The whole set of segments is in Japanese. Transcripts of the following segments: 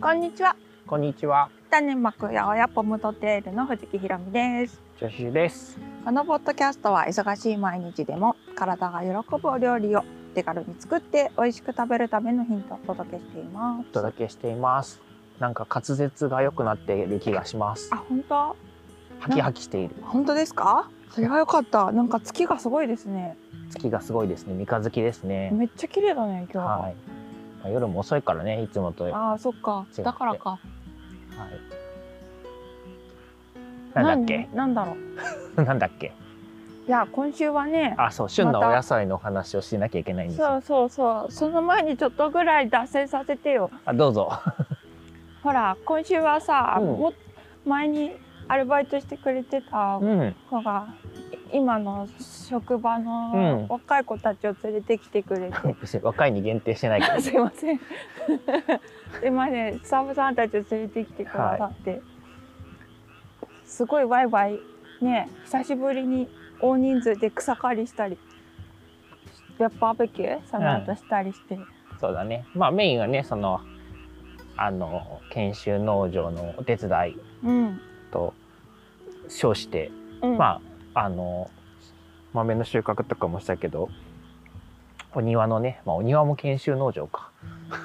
こんにちは。こんにちは、種まく八百屋ポムトテールの藤木ひろみです。ジョシュです。このポッドキャストは忙しい毎日でも体が喜ぶお料理を手軽に作って美味しく食べるためのヒントをお届けしていまおす。届けしています。なんか滑舌が良くなっている気がしますあ。、本当？ハキハキしている。本当ですか？それは良かった。なんか月がすごいですね。月がすごいですね。三日月ですね。めっちゃ綺麗だね今日。はい。まあ、夜も遅いからね、いつもと。はい。ああ、そっか。だからか。なんだっけ？なんなんだろう。なんだっけ？いや、今週はね。あ、そう、旬まのたお野菜の話をしなきゃいけないんですよ。そうそうそう。その前にちょっとぐらい脱線させてよ。あ、どうぞ。ほら今週はさ、うんも前にアルバイトしてくれてたうん。 子が、い今の職場うのん若い子たちを連れてきてくれて、 別に若いに限定してないけど。すいません でまあねスタッフさんたちを連れてきてくださって、すごいワイワイね久しぶりに大人数で草刈りしたりでバーベキューその後したりして、そうだね。まあメインはね、そのあの研修農場のお手伝いうんと称して。うんまああの豆の収穫とかもしたけどお庭のね、まあ、お庭も研修農場か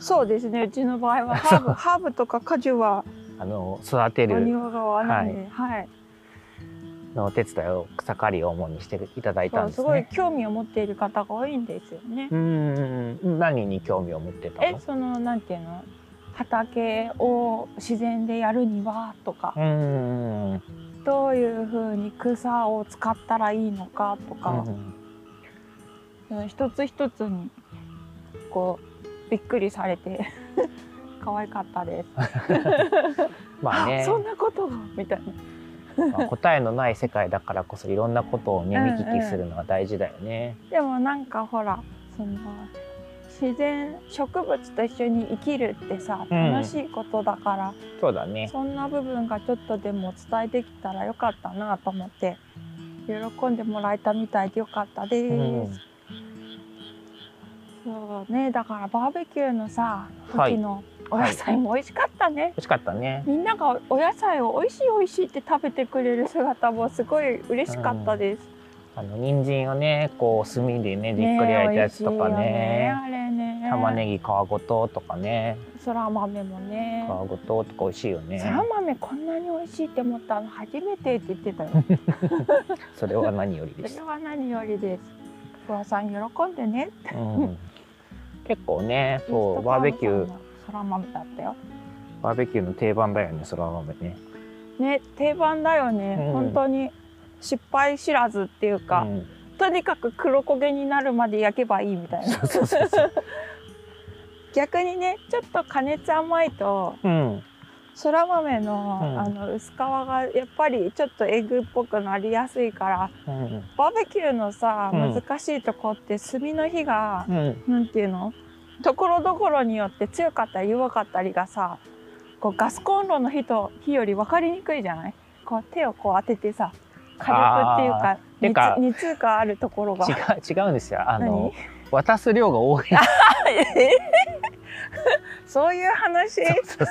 そうですねうちの場合は ハーブハーブとか果樹はあの育ておる庭が合わないんで、はい、のお手伝いを草刈りを主にしていただいたそんうですすごいね。興味を持っている方が多いんですよねう。ーん何に興味を持ってたえの、そのなんていうの、畑を自然でやるにはとかう、ーんどういう風に草を使ったらいいのかとかう、んその一つ一つにこうびっくりされて 可愛かったです。まあね そんなことがみたいな。まあ答えのない世界だからこそいろんなことをねうんう見ん聞きするのは大事だよね。でもなんかほらその自然植物と一緒に生きるってさうん楽しいことだから、そうだねそんな部分がちょっとでも伝えできたらよかったなと思って喜んでもらえたみたいでよかったです。うんそうねだからバーベキューのさはい時のお野菜も美味しかったね。美味しかったね。みんながお野菜を美味しい美味しいって食べてくれる姿もすごい嬉しかったです。あの人参をねこう炭でねじっねくり焼いたやつとか美味しいよねねあれね。玉ねぎ皮ごととかねそら豆もね皮。ごととか美味しいよそねら豆こんなに美味しいって思ったの初めてって言ってた よ。それは何よりでそし れは何よりです。不破さん喜んでね。た、うん、結構ねそうバーベキューー。そら豆だったよ。バーベキューの定番だよねそら豆ねね定番だよね、うん本当に失敗知らずっていううか、ん、とにかく黒焦げになるまで焼けばいいみた いな。そうそうそうそう、逆にねちょっと加熱甘いと。うん、そら豆の,、うんあの薄皮がやっぱりちょっとエグっぽくなりやすいからうんバーベキューのさうん難しいとこって炭の火が、うんなんていうのところどころによって強かったり弱かったりがさこうガスコンロの火と火より分かりにくいじゃないこう手をこう当ててさ火力っていうかあー熱熱があるところが違う違うんですよあの渡す量が多い そういう話そうそう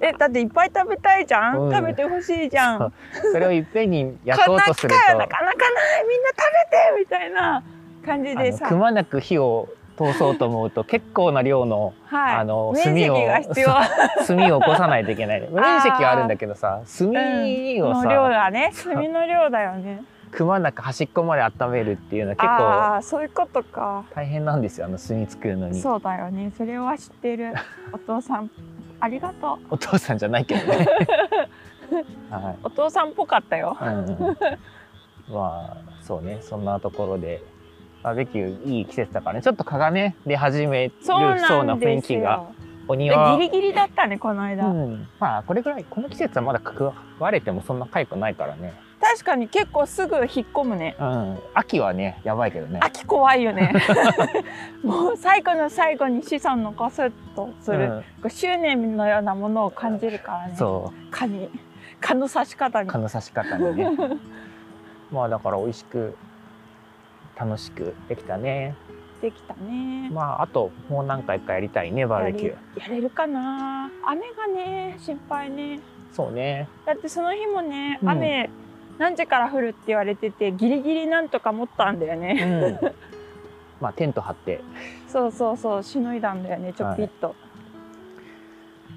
えだっていっぱい食べたいじゃん、うん食べてほしいじゃんそこうそれをいっぺんにんな焼こうとす機る会はなとかなかないみんな食べてみたいな感じであのさくまなく火を通そうと思うと結構な量のはいあの面積炭をが必要炭を起こさないと いけない面積はあるんだけどさ炭をの量さ、だね炭の量だよねくまなく端っこまで温めるっていうのは結構ああーそういうことか大変なんですよあの炭作るのにそうだよねそれは知って るお父さんありがとうお父さんじゃないけど ねはお父さんっぽかったよい、うん、まあそうねそんなところでバーベキューいい季節だからねちょっと蚊がね出始めるそうなんですよそうな雰囲気がおで庭ギリギリだったねこの間、うん、まあこれぐらいこの季節はまだ食われてもそんな痒くないからね、確かに結構すぐ引っ込むねうん、秋はねやばいけどね秋怖いよ ねもう最後の最後に子孫残すとする、こう執念のようなものを感じるからうん、ねそう蚊に蚊の刺し方に蚊の刺し方に ねまあだから美味しく楽しくできたねてきたね。まああともう何回かやりたいねバーベキューやれやれるかな雨がね心配ねそうねだってその日もねうん雨、何時から降るって言われててギリギリなんとか持ったんだよ ねうんまあテント張ってそうそうそうしのいだんだよねちょっぴっと、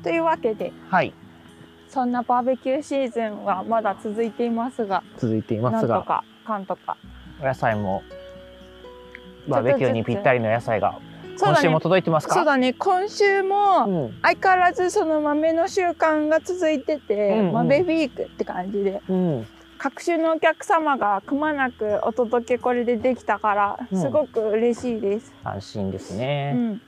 というわけではいそんなバーベキューシーズンはまだ続いていますが続いていまなんすとがかかんとかお野菜もバーベキューにぴったりの野菜がそう今だ週ねも届いてますかそうだね今週も、うん相変わらずその豆の習慣が続いてて、うんうん豆ウィークって感じでうん各種のお客様がくまなくお届けこれでできたからうんすごく嬉しいです。安心ですうね、ん、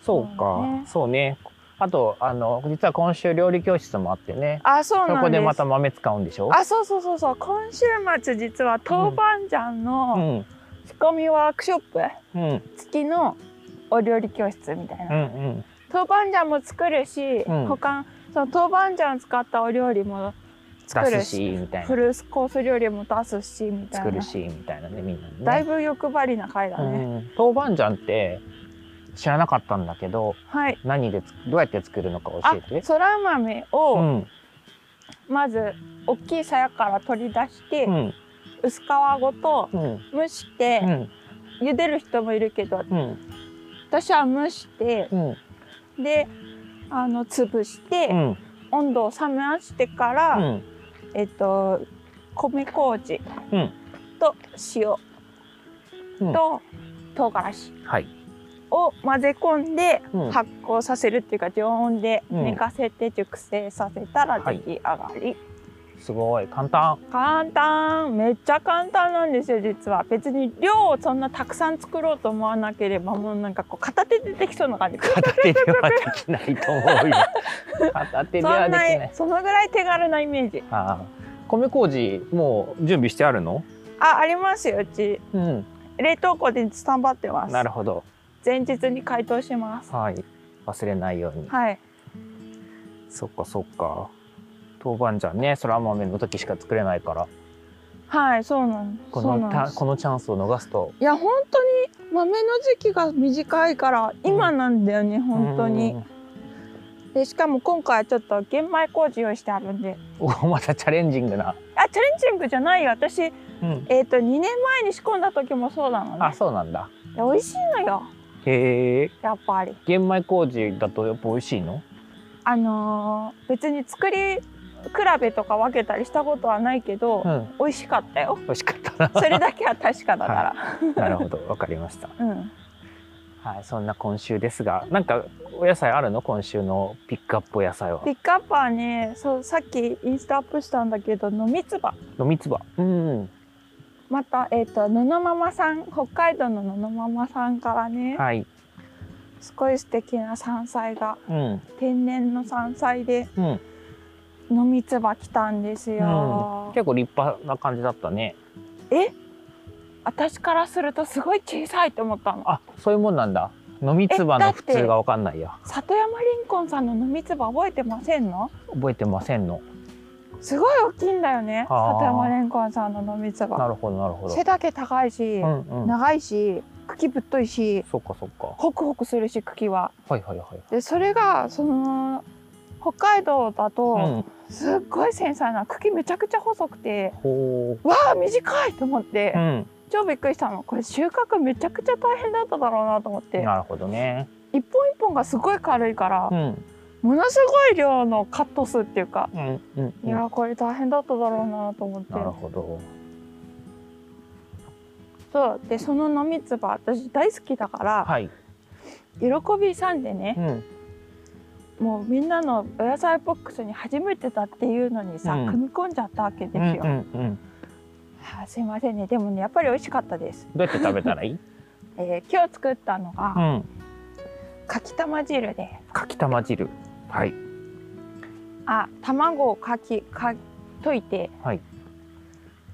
そうそうかねそうねあとあの実は今週料理教室もあってねあ、そうそなこんで。ですまた豆使うんでしょあ、そうそうそうそう。今週末実は豆板醤うのん仕込みワークショップうんうん付きのお料理教室みたいな。うん豆板醤も作るし、うん他その豆板醤を使ったお料理も作出るすしみたいフなルコース料理も出すしみたいな。作るしみたいなねみんなねだいぶ欲張りな回だうね。ん、豆板醤って知らなかったんだけどはい。何でつどうやって作るのかあ教えて、そら豆うをんまず大きい鞘から取り出してう、ん薄皮ごとうん蒸しうて、ん茹でる人もいるけど、うん私は蒸して、うんで、あの潰しうて、ん温度を冷ましてから、うんえっと米麹うんと塩うんと唐辛子はいを混ぜ込んでうん発酵させるっていうか常温でうん寝かせて熟成させたらはい出来上がり、すごい簡単簡単めっちゃ簡単なんですよ実は別に量をそんなたくさん作ろうと思わなければもうなんかこう片手でできそうな感じ片手ではできないと思う よ片手でそはんできなないそのぐらい手軽なイメージああ米麹もう準備してあるのあありますようちうん冷凍庫でスタンバってますなるほど前日に解凍しますはい忘れないようにはいそっかそっか豆板醤ねそら豆の時しか作れないからはい、そうなんです。こそうのなんでたすこのチャンスを逃すといや、本当に豆の時期が短いから、今なんだよね、本当うに。ん で、しかも今回ちょっと玄米麹用意してあるんで。おまたチャレンジングな、あ、チャレンジングじゃないよ、私、えっ、うん、と、2年前に仕込んだ時もそうなのあね。そうなんだいや美味しいのよ、へえやっぱり。玄米麹だとやっぱ美味しいのあのー別に作り比べとか分けたりしたことはないけど、うん美味しかったよ。美味しかった なそれだけは確かだから。なるほどわかりましたうん。はいそんな今週ですがなんかお野菜あるの今週のピックアップお野菜はピックアップはね、そう、さっきインスタアップしたんだけど、のみつば。のみつばうんまた、えっ、と、ののままさん、北海道のののままさんからね、はいすごい素敵な山菜が、うん天然の山菜で、うんのみつば来たんですよ、結構立派な感じだったね私からするとすごい小さいと思ったの。あそういうもんなんだのみつばえだのって普通がわかんないや里山リンコンさんののみつば覚えてませんの覚えてませんのすごい大きいんだよね、あー里山リンコンさんののみつなば。るほどなるほど背丈高いし、うんうん長いし、茎ぶっといし、そっかそっかホクホクするし、茎は。はいはいはいで、それが、その、北海道だと、うんすっごい繊細な茎めちゃくちゃ細くてほわあ短いと思ってううん超びっくりしたのこれ収穫めちゃくちゃ大変だっただろうなと思ってなるほどね一本一本がすごい軽いからうんものすごい量のカット数っていうかうんうんいやこれ大変だっただろうなと思ってなるほどそうでその飲みつば私大好きだからはい喜びさんでねうんもうみんなのお野菜ボックスに初めてだっていうのにさうん組み込んじゃったわけですうんようんうんあーすいませんねでもねやっぱり美味しかったですどうやって食べたらいいえー今日作ったのがうんかきたま汁でかきたま汁はいあ卵をかきか溶いて、はい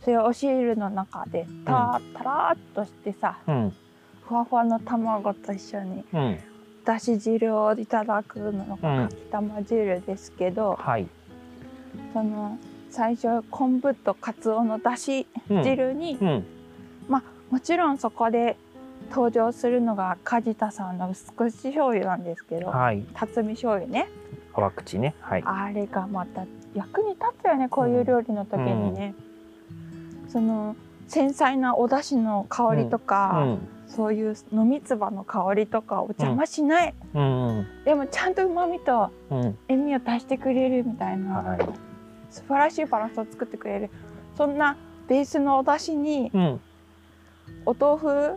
それをお汁の中でたーたらーっとしてさ、うんふわふわの卵と一緒にうんだし汁をいただくのうがんかきたま汁ですけど、はいその最初昆布とカツオのだしうん汁に、うんもちろんそこで登場するのが梶田さんの薄口醤油なんですけど、はい。辰巳醤油ね淡口ね。はい。あれがまた役に立つよねこういう料理の時にね、その繊細なお出汁の香りとか、うんそういう飲みつばの香りとかを邪魔しない、うんでもちゃんと旨味とうん。塩味を足してくれるみたいな、は素晴らしいバランスを作ってくれるそんなベースのお出汁にい。うんお豆腐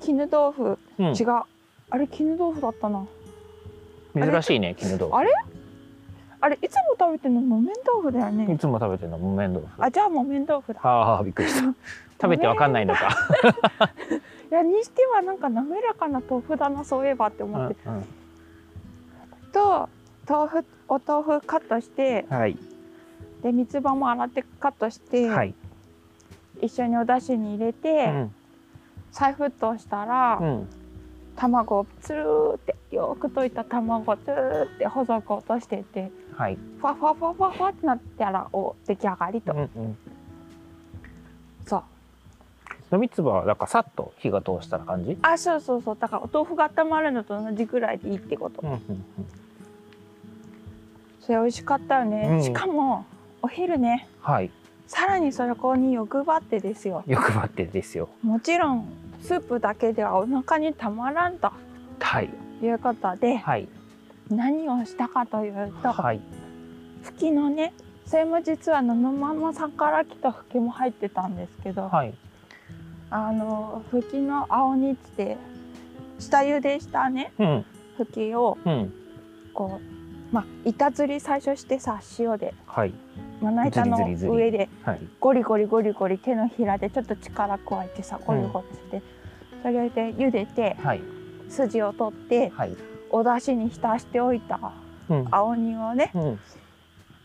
絹豆腐、うん。違うあれ絹豆腐だったな珍しいね絹豆腐。あれあれいつも食べてるの木綿豆腐だよいねつも食べてるの木綿豆腐。あじゃあ木綿豆腐だああびっくりした。食べてわかんないの か。いやにしてはなんか滑らかな豆腐だなそういえばってう思って、んと豆腐お豆腐カットしてうんはいで三つ葉も洗ってカットして、はい。一緒にお出汁に入れうて、ん再沸騰したら、うん卵をつるーってよく溶いた卵をつるーって細く落としてってはい。ふわふわふわふわふわってなったらお出来上がりうと、んうん。そう飲みつばはなんかさっと火が通したら感じ。あそうそうそうだからお豆腐が温まるのと同じぐらいでいいってこと、うんうんうん。それ美味しかったよね、うんしかもお昼ねはい。さらにそこに欲張ってですよ欲張ってですよ。もちろんスープだけではお腹にたまらんとはいいうことではい何をしたかというとはい。ふきのねそれも実は野々山さんから来たふきも入ってたんですけど、はい。あのふきの青煮って下茹でしたねうんふきをうん。こうまあ板ずり最初してさ塩ではいまな板のずりずりずり上ではい。ゴリゴリゴリゴリ手のひらでちょっと力加えてさゴリゴリして、それで茹でてはい筋を取ってはい。お出汁に浸しておいたうん青煮をねうん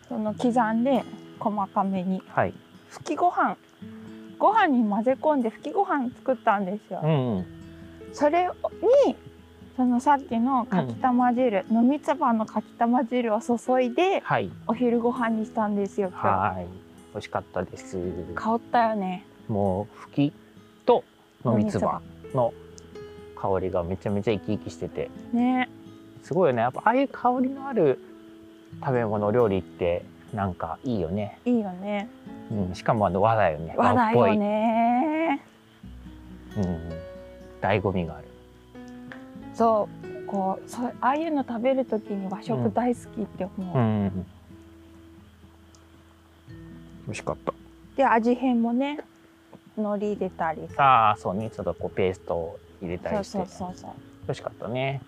その刻んで細かめにはい。ふきご飯ご飯に混ぜ込んでふきご飯作ったんですよう。んうんそれにそのさっきのかきたま汁、飲みつばのかきたま汁を注いではいお昼ご飯にしたんですよ今はい。美味しかったです。日香ったよねもう吹きと飲みつば飲の香りがめちゃめちゃ生き生きしててねすごいよねやっぱああいう香りのある食べ物料理ってなんかいいよね、いいよねうん、しかもあの和だよね和だっぽよい、ねうん、醍醐味があるそうこうそうああいうの食べるときに和食大好きって思う、うん美味しかったで味変もね海苔入れたりさああそうねちょっとこうペーストを入れたそうりしてそうそうそう美味しかった ね、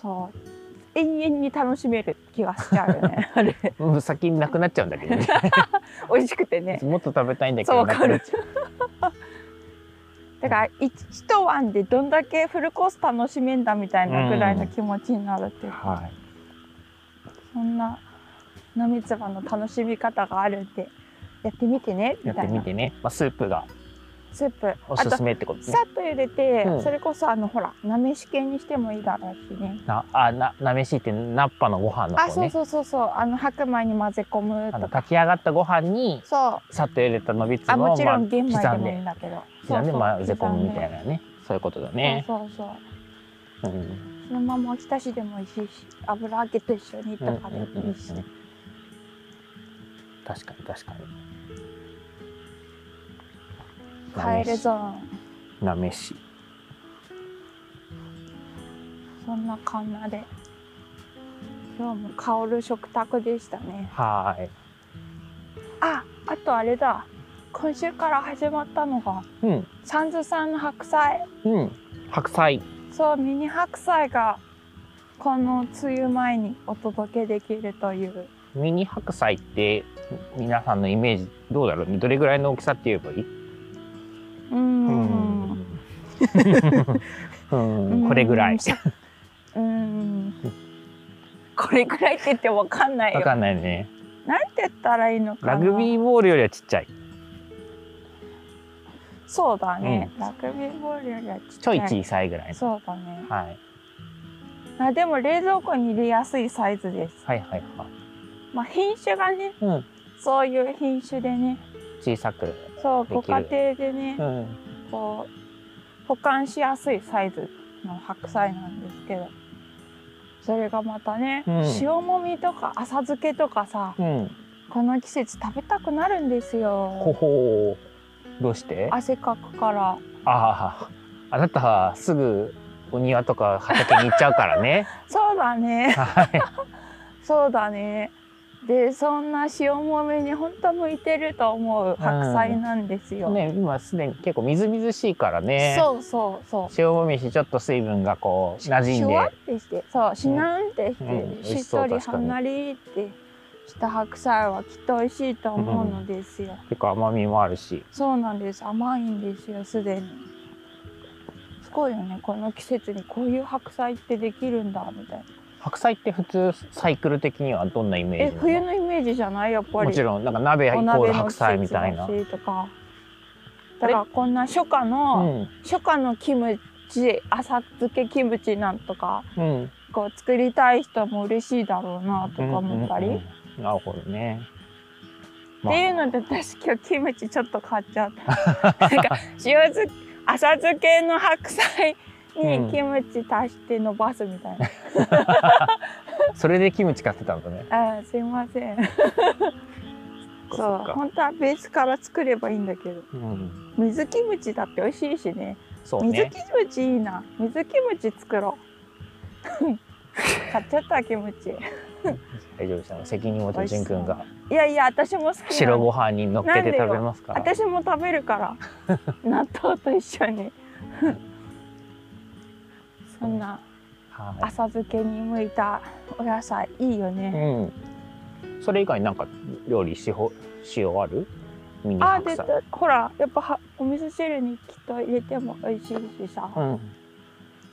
そう永遠に楽しめる気がしちゃうよ ねあれうん、先になくなっちゃうんだけどね 美味しくてねもっと食べたいんだけそうどわなかくなっるちゃう。 だから一一晩でどんだけフルコース楽しめんだみたいなぐらいの気持ちになるっていう、はいそんな飲みつばの楽しみ方があるんでやってみてねみやたっていみなてね、まあ、スープがスープおあすとすめってことねさっと茹でて、うんそれこそあのほらなめし系にしてもいいだろうしねなあななめしってナッパのご飯のあ方そうねそうそうそうあの白米に混ぜ込むあとのか炊き上がったご飯にそうさっと入れたのびつあぶをもちろまあん刻玄ん米ででもいいんだけど刻んで混ぜ込むみたいいなねそういうことだなね、そうそううん、そうそのままお浸しでもいいし油揚げと一緒にとかでもいいし、うんうんうん確かに確かになカエめルしゾーンなめしそんなこんなで今日も香る食卓でしたねはーいああとあれだ今週から始まったのがうんサンズさんの白菜うん白菜そうミニ白菜がこの梅雨前にお届けできるというミニ白菜って皆さんのイメージどうだろうねどれぐらいの大きさって言えばいいうーんうん、これぐらういん。さうーんこれぐらいって言ってわかんないわよかんないね。なんて言ったらいいのかなラグビーボールよりはちっちゃい。そうだね、ラグビーボールよりはちっちょい小さいぐらいの。そうだねはい。あでも冷蔵庫に入れやすいサイズです。はいはいはい。まあ品種がね、うんそういう品種でね、小さく。そうできるご家庭でねう、ん。こう保管しやすいサイズの白菜なんですけどそれがまたね、うん塩もみとか浅漬けとかさうん。この季節食べたくなるんですほよほー。どうして？汗かくからああ、あなたはすぐお庭とか畑に行っちゃうか らね。そうだねはい。 そうだねでそんな塩もみに本当向いてると思う白菜なんですよ、ね、今すでに結構みずみずしいからね。そうそうそう塩もみしちょっと水分がこう馴シ染んュで。ワってしてそうしなーんってして、うん美味ししっそうとり確かはにんなりってした白菜はきっと美味しいと思うのですよ、結構甘みもあるし。そうなんです甘いんですよすでにすごいよねこの季節にこういう白菜ってできるんだみたいな白菜って普通サイクル的にはどんなイメーえジなの？冬のイメージじゃないやっぱりもちろんなんか鍋イコおー鍋ルの白季菜み節たいな。だしとかだからこんな初夏うの、ん初夏のキムチ浅漬けキムチなんとかうん。こう作りたい人も嬉しいだろうなとか思ったり、うんうんうんなるほどね。まっあていうので私今日キムチちょっと買っちゃった なんか塩漬け浅漬けの白菜うにんキムチ足して伸ばすみたいな、それでキムチ買ってたんだね。あーすいませんそっそうか本当はベースから作ればいいんだけどうん。水キムチだって美味しいしねそう水ねキ。ムチいいな水キムチ作ろう買っちゃったキムチ大丈夫ですよ。責任を取仁君がいやいや私も好きな白のご飯に乗っけて食べますから。私も食べるから 納豆と一緒にそんなは浅漬けに向いたお野菜いいよい。ね。うん。それ以外になんか料理しほしようある？ミニあ白出た菜。ほらやっぱはお味噌汁にきっと入れても美味しいしさ、うん。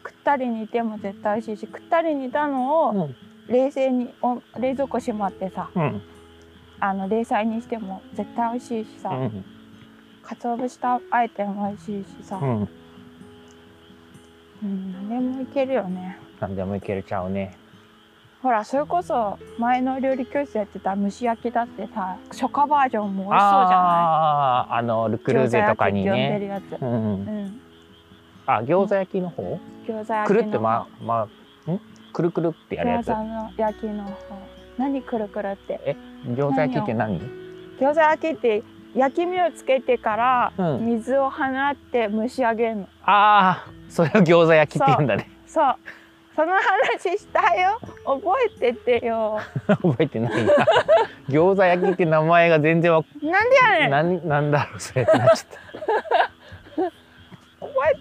くったり煮ても絶対美味しいしくったり煮たのをうん。冷静にお冷蔵庫しまってさうん。あの冷菜にしても絶対美味しいしさ、うん。鰹節とあえても美味しいしさ、うん。うん、何でもいけるよね。なんでもいけるちゃうね。ほらそれこそ前の料理教室やってた蒸し焼きだってさ初夏バージョンも美味しそうじゃああー、あのルクないルーゼとかに餃子焼きってね。呼んでるやつう、ん。うん、あ、餃子焼きの方？餃子焼きくのるってままん？くるくるってやるや餃つ子。の焼きの方何くるくるって餃子焼きって何？餃子焼きって焼き目をつけてからうん水を放って蒸し上げるの、ああ、それを餃子焼きって言うんだね。そうその話したよ覚えててよ覚えてないな。餃子焼きって名前が全然わ、なんでやねんななんだろうそれってなっちゃった。覚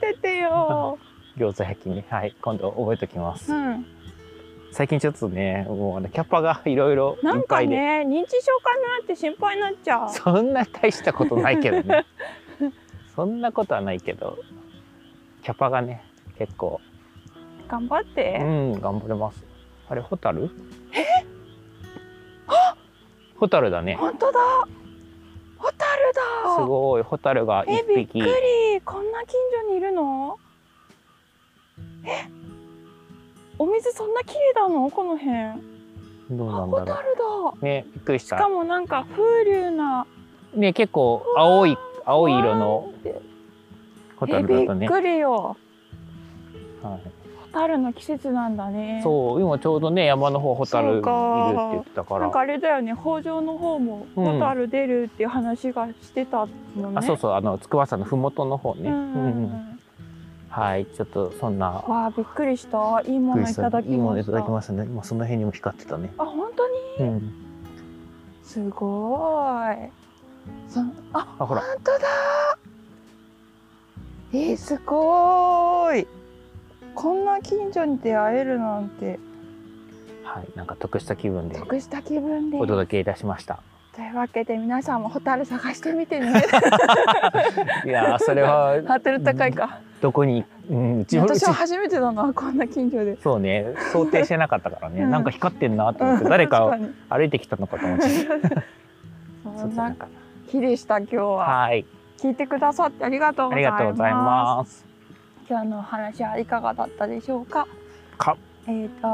えててよ、餃子焼きね。はい、今度覚えときます う。ん、最最近ちょっとね、もうあのキャパがいろいろいなんっぱかいで、ね認知症かなって心配になっちゃうそんな大したことないけどね。 そんなことはないけど、キャパがね、結構、頑張っうてん、頑張れます。あれ、ホタル？え？ホタルだね。本当だホタルすだごい、ホタルが一えびっく匹。りこんな近所にいるのえお水そんな綺麗なのこの辺あどうなんホだろうタ。ルだね、びっくりししかた。もなんか風流なね、結構青い、青い色のホタえルだびったねっ。くりよはホタルの季節なんだねい、そう、今ちょうどね、山の方ホタルいるそうってか言ってたかならん。かあれだよね北条の方もうんホタル出るっていう話がしてたのね、あ、そうそう、あの筑波山のふもとの方ね。うううんんうんうんんはい、ちょっとそんな。わあびっくりしたいいもびのっくりいしただきいいもまのいしたただきましたね。今その辺にも光ってたね。あ本当にうん。すごーいそああ、ほら、本当だえー、すごーいこんな近所に出会えるなんてはい、なんか得した気分で得した気分でお届けいたしました。というわけで皆さんもホタル探してみてねいやー、そ れはハードル高いかどこに、うん、うちう私ちは初めてだなこんな近所でそうね、想定してなかったからね。うんなんか光ってんなと思って、 誰うかん歩いてきたのかと思って。確かにそそうじんゃななかった日でした今日ははい、聞いてくださってありがとうござありいがとうございますます。今日のお話はいかがだったでしょうか。かえっ、と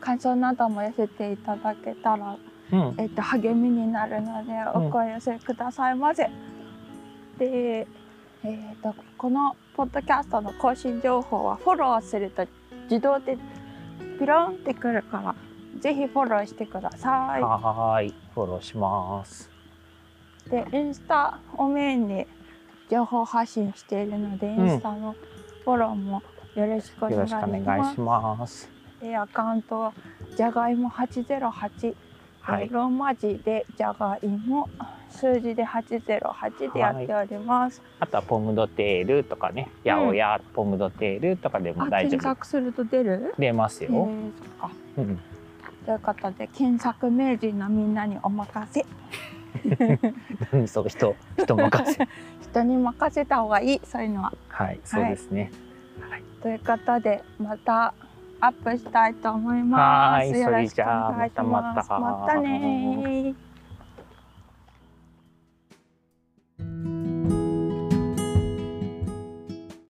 感想なども寄せていただけたらうん、えっ、と励みになるのでお声寄せくださいませ。でえー、とこのポッドキャストの更新情報はフォローすると自動でピロンってくるからぜひフォローしてください。はーい、フォローします。でインスタをメインに情報発信しているので、んインスタのフォローもよろしくおよ願ろいししくおま願いすし。ます。でアカウントはじゃがいも808、はえーい、ローマ字でじゃがいも数字で808でやっております。あとはポムドテールとかね、うんやおやポムドテールとかでもあ大丈検夫。索すると出る？出ますえーよ。そっか うん、ということで検索名人のみんなにお任せ何そう人人任 せ。人に任せた方がいいそういうのは。はい、そうですね。ということでまたアップしたいと思います。はーいよろしくお願いします。それじゃあまたまたまたねー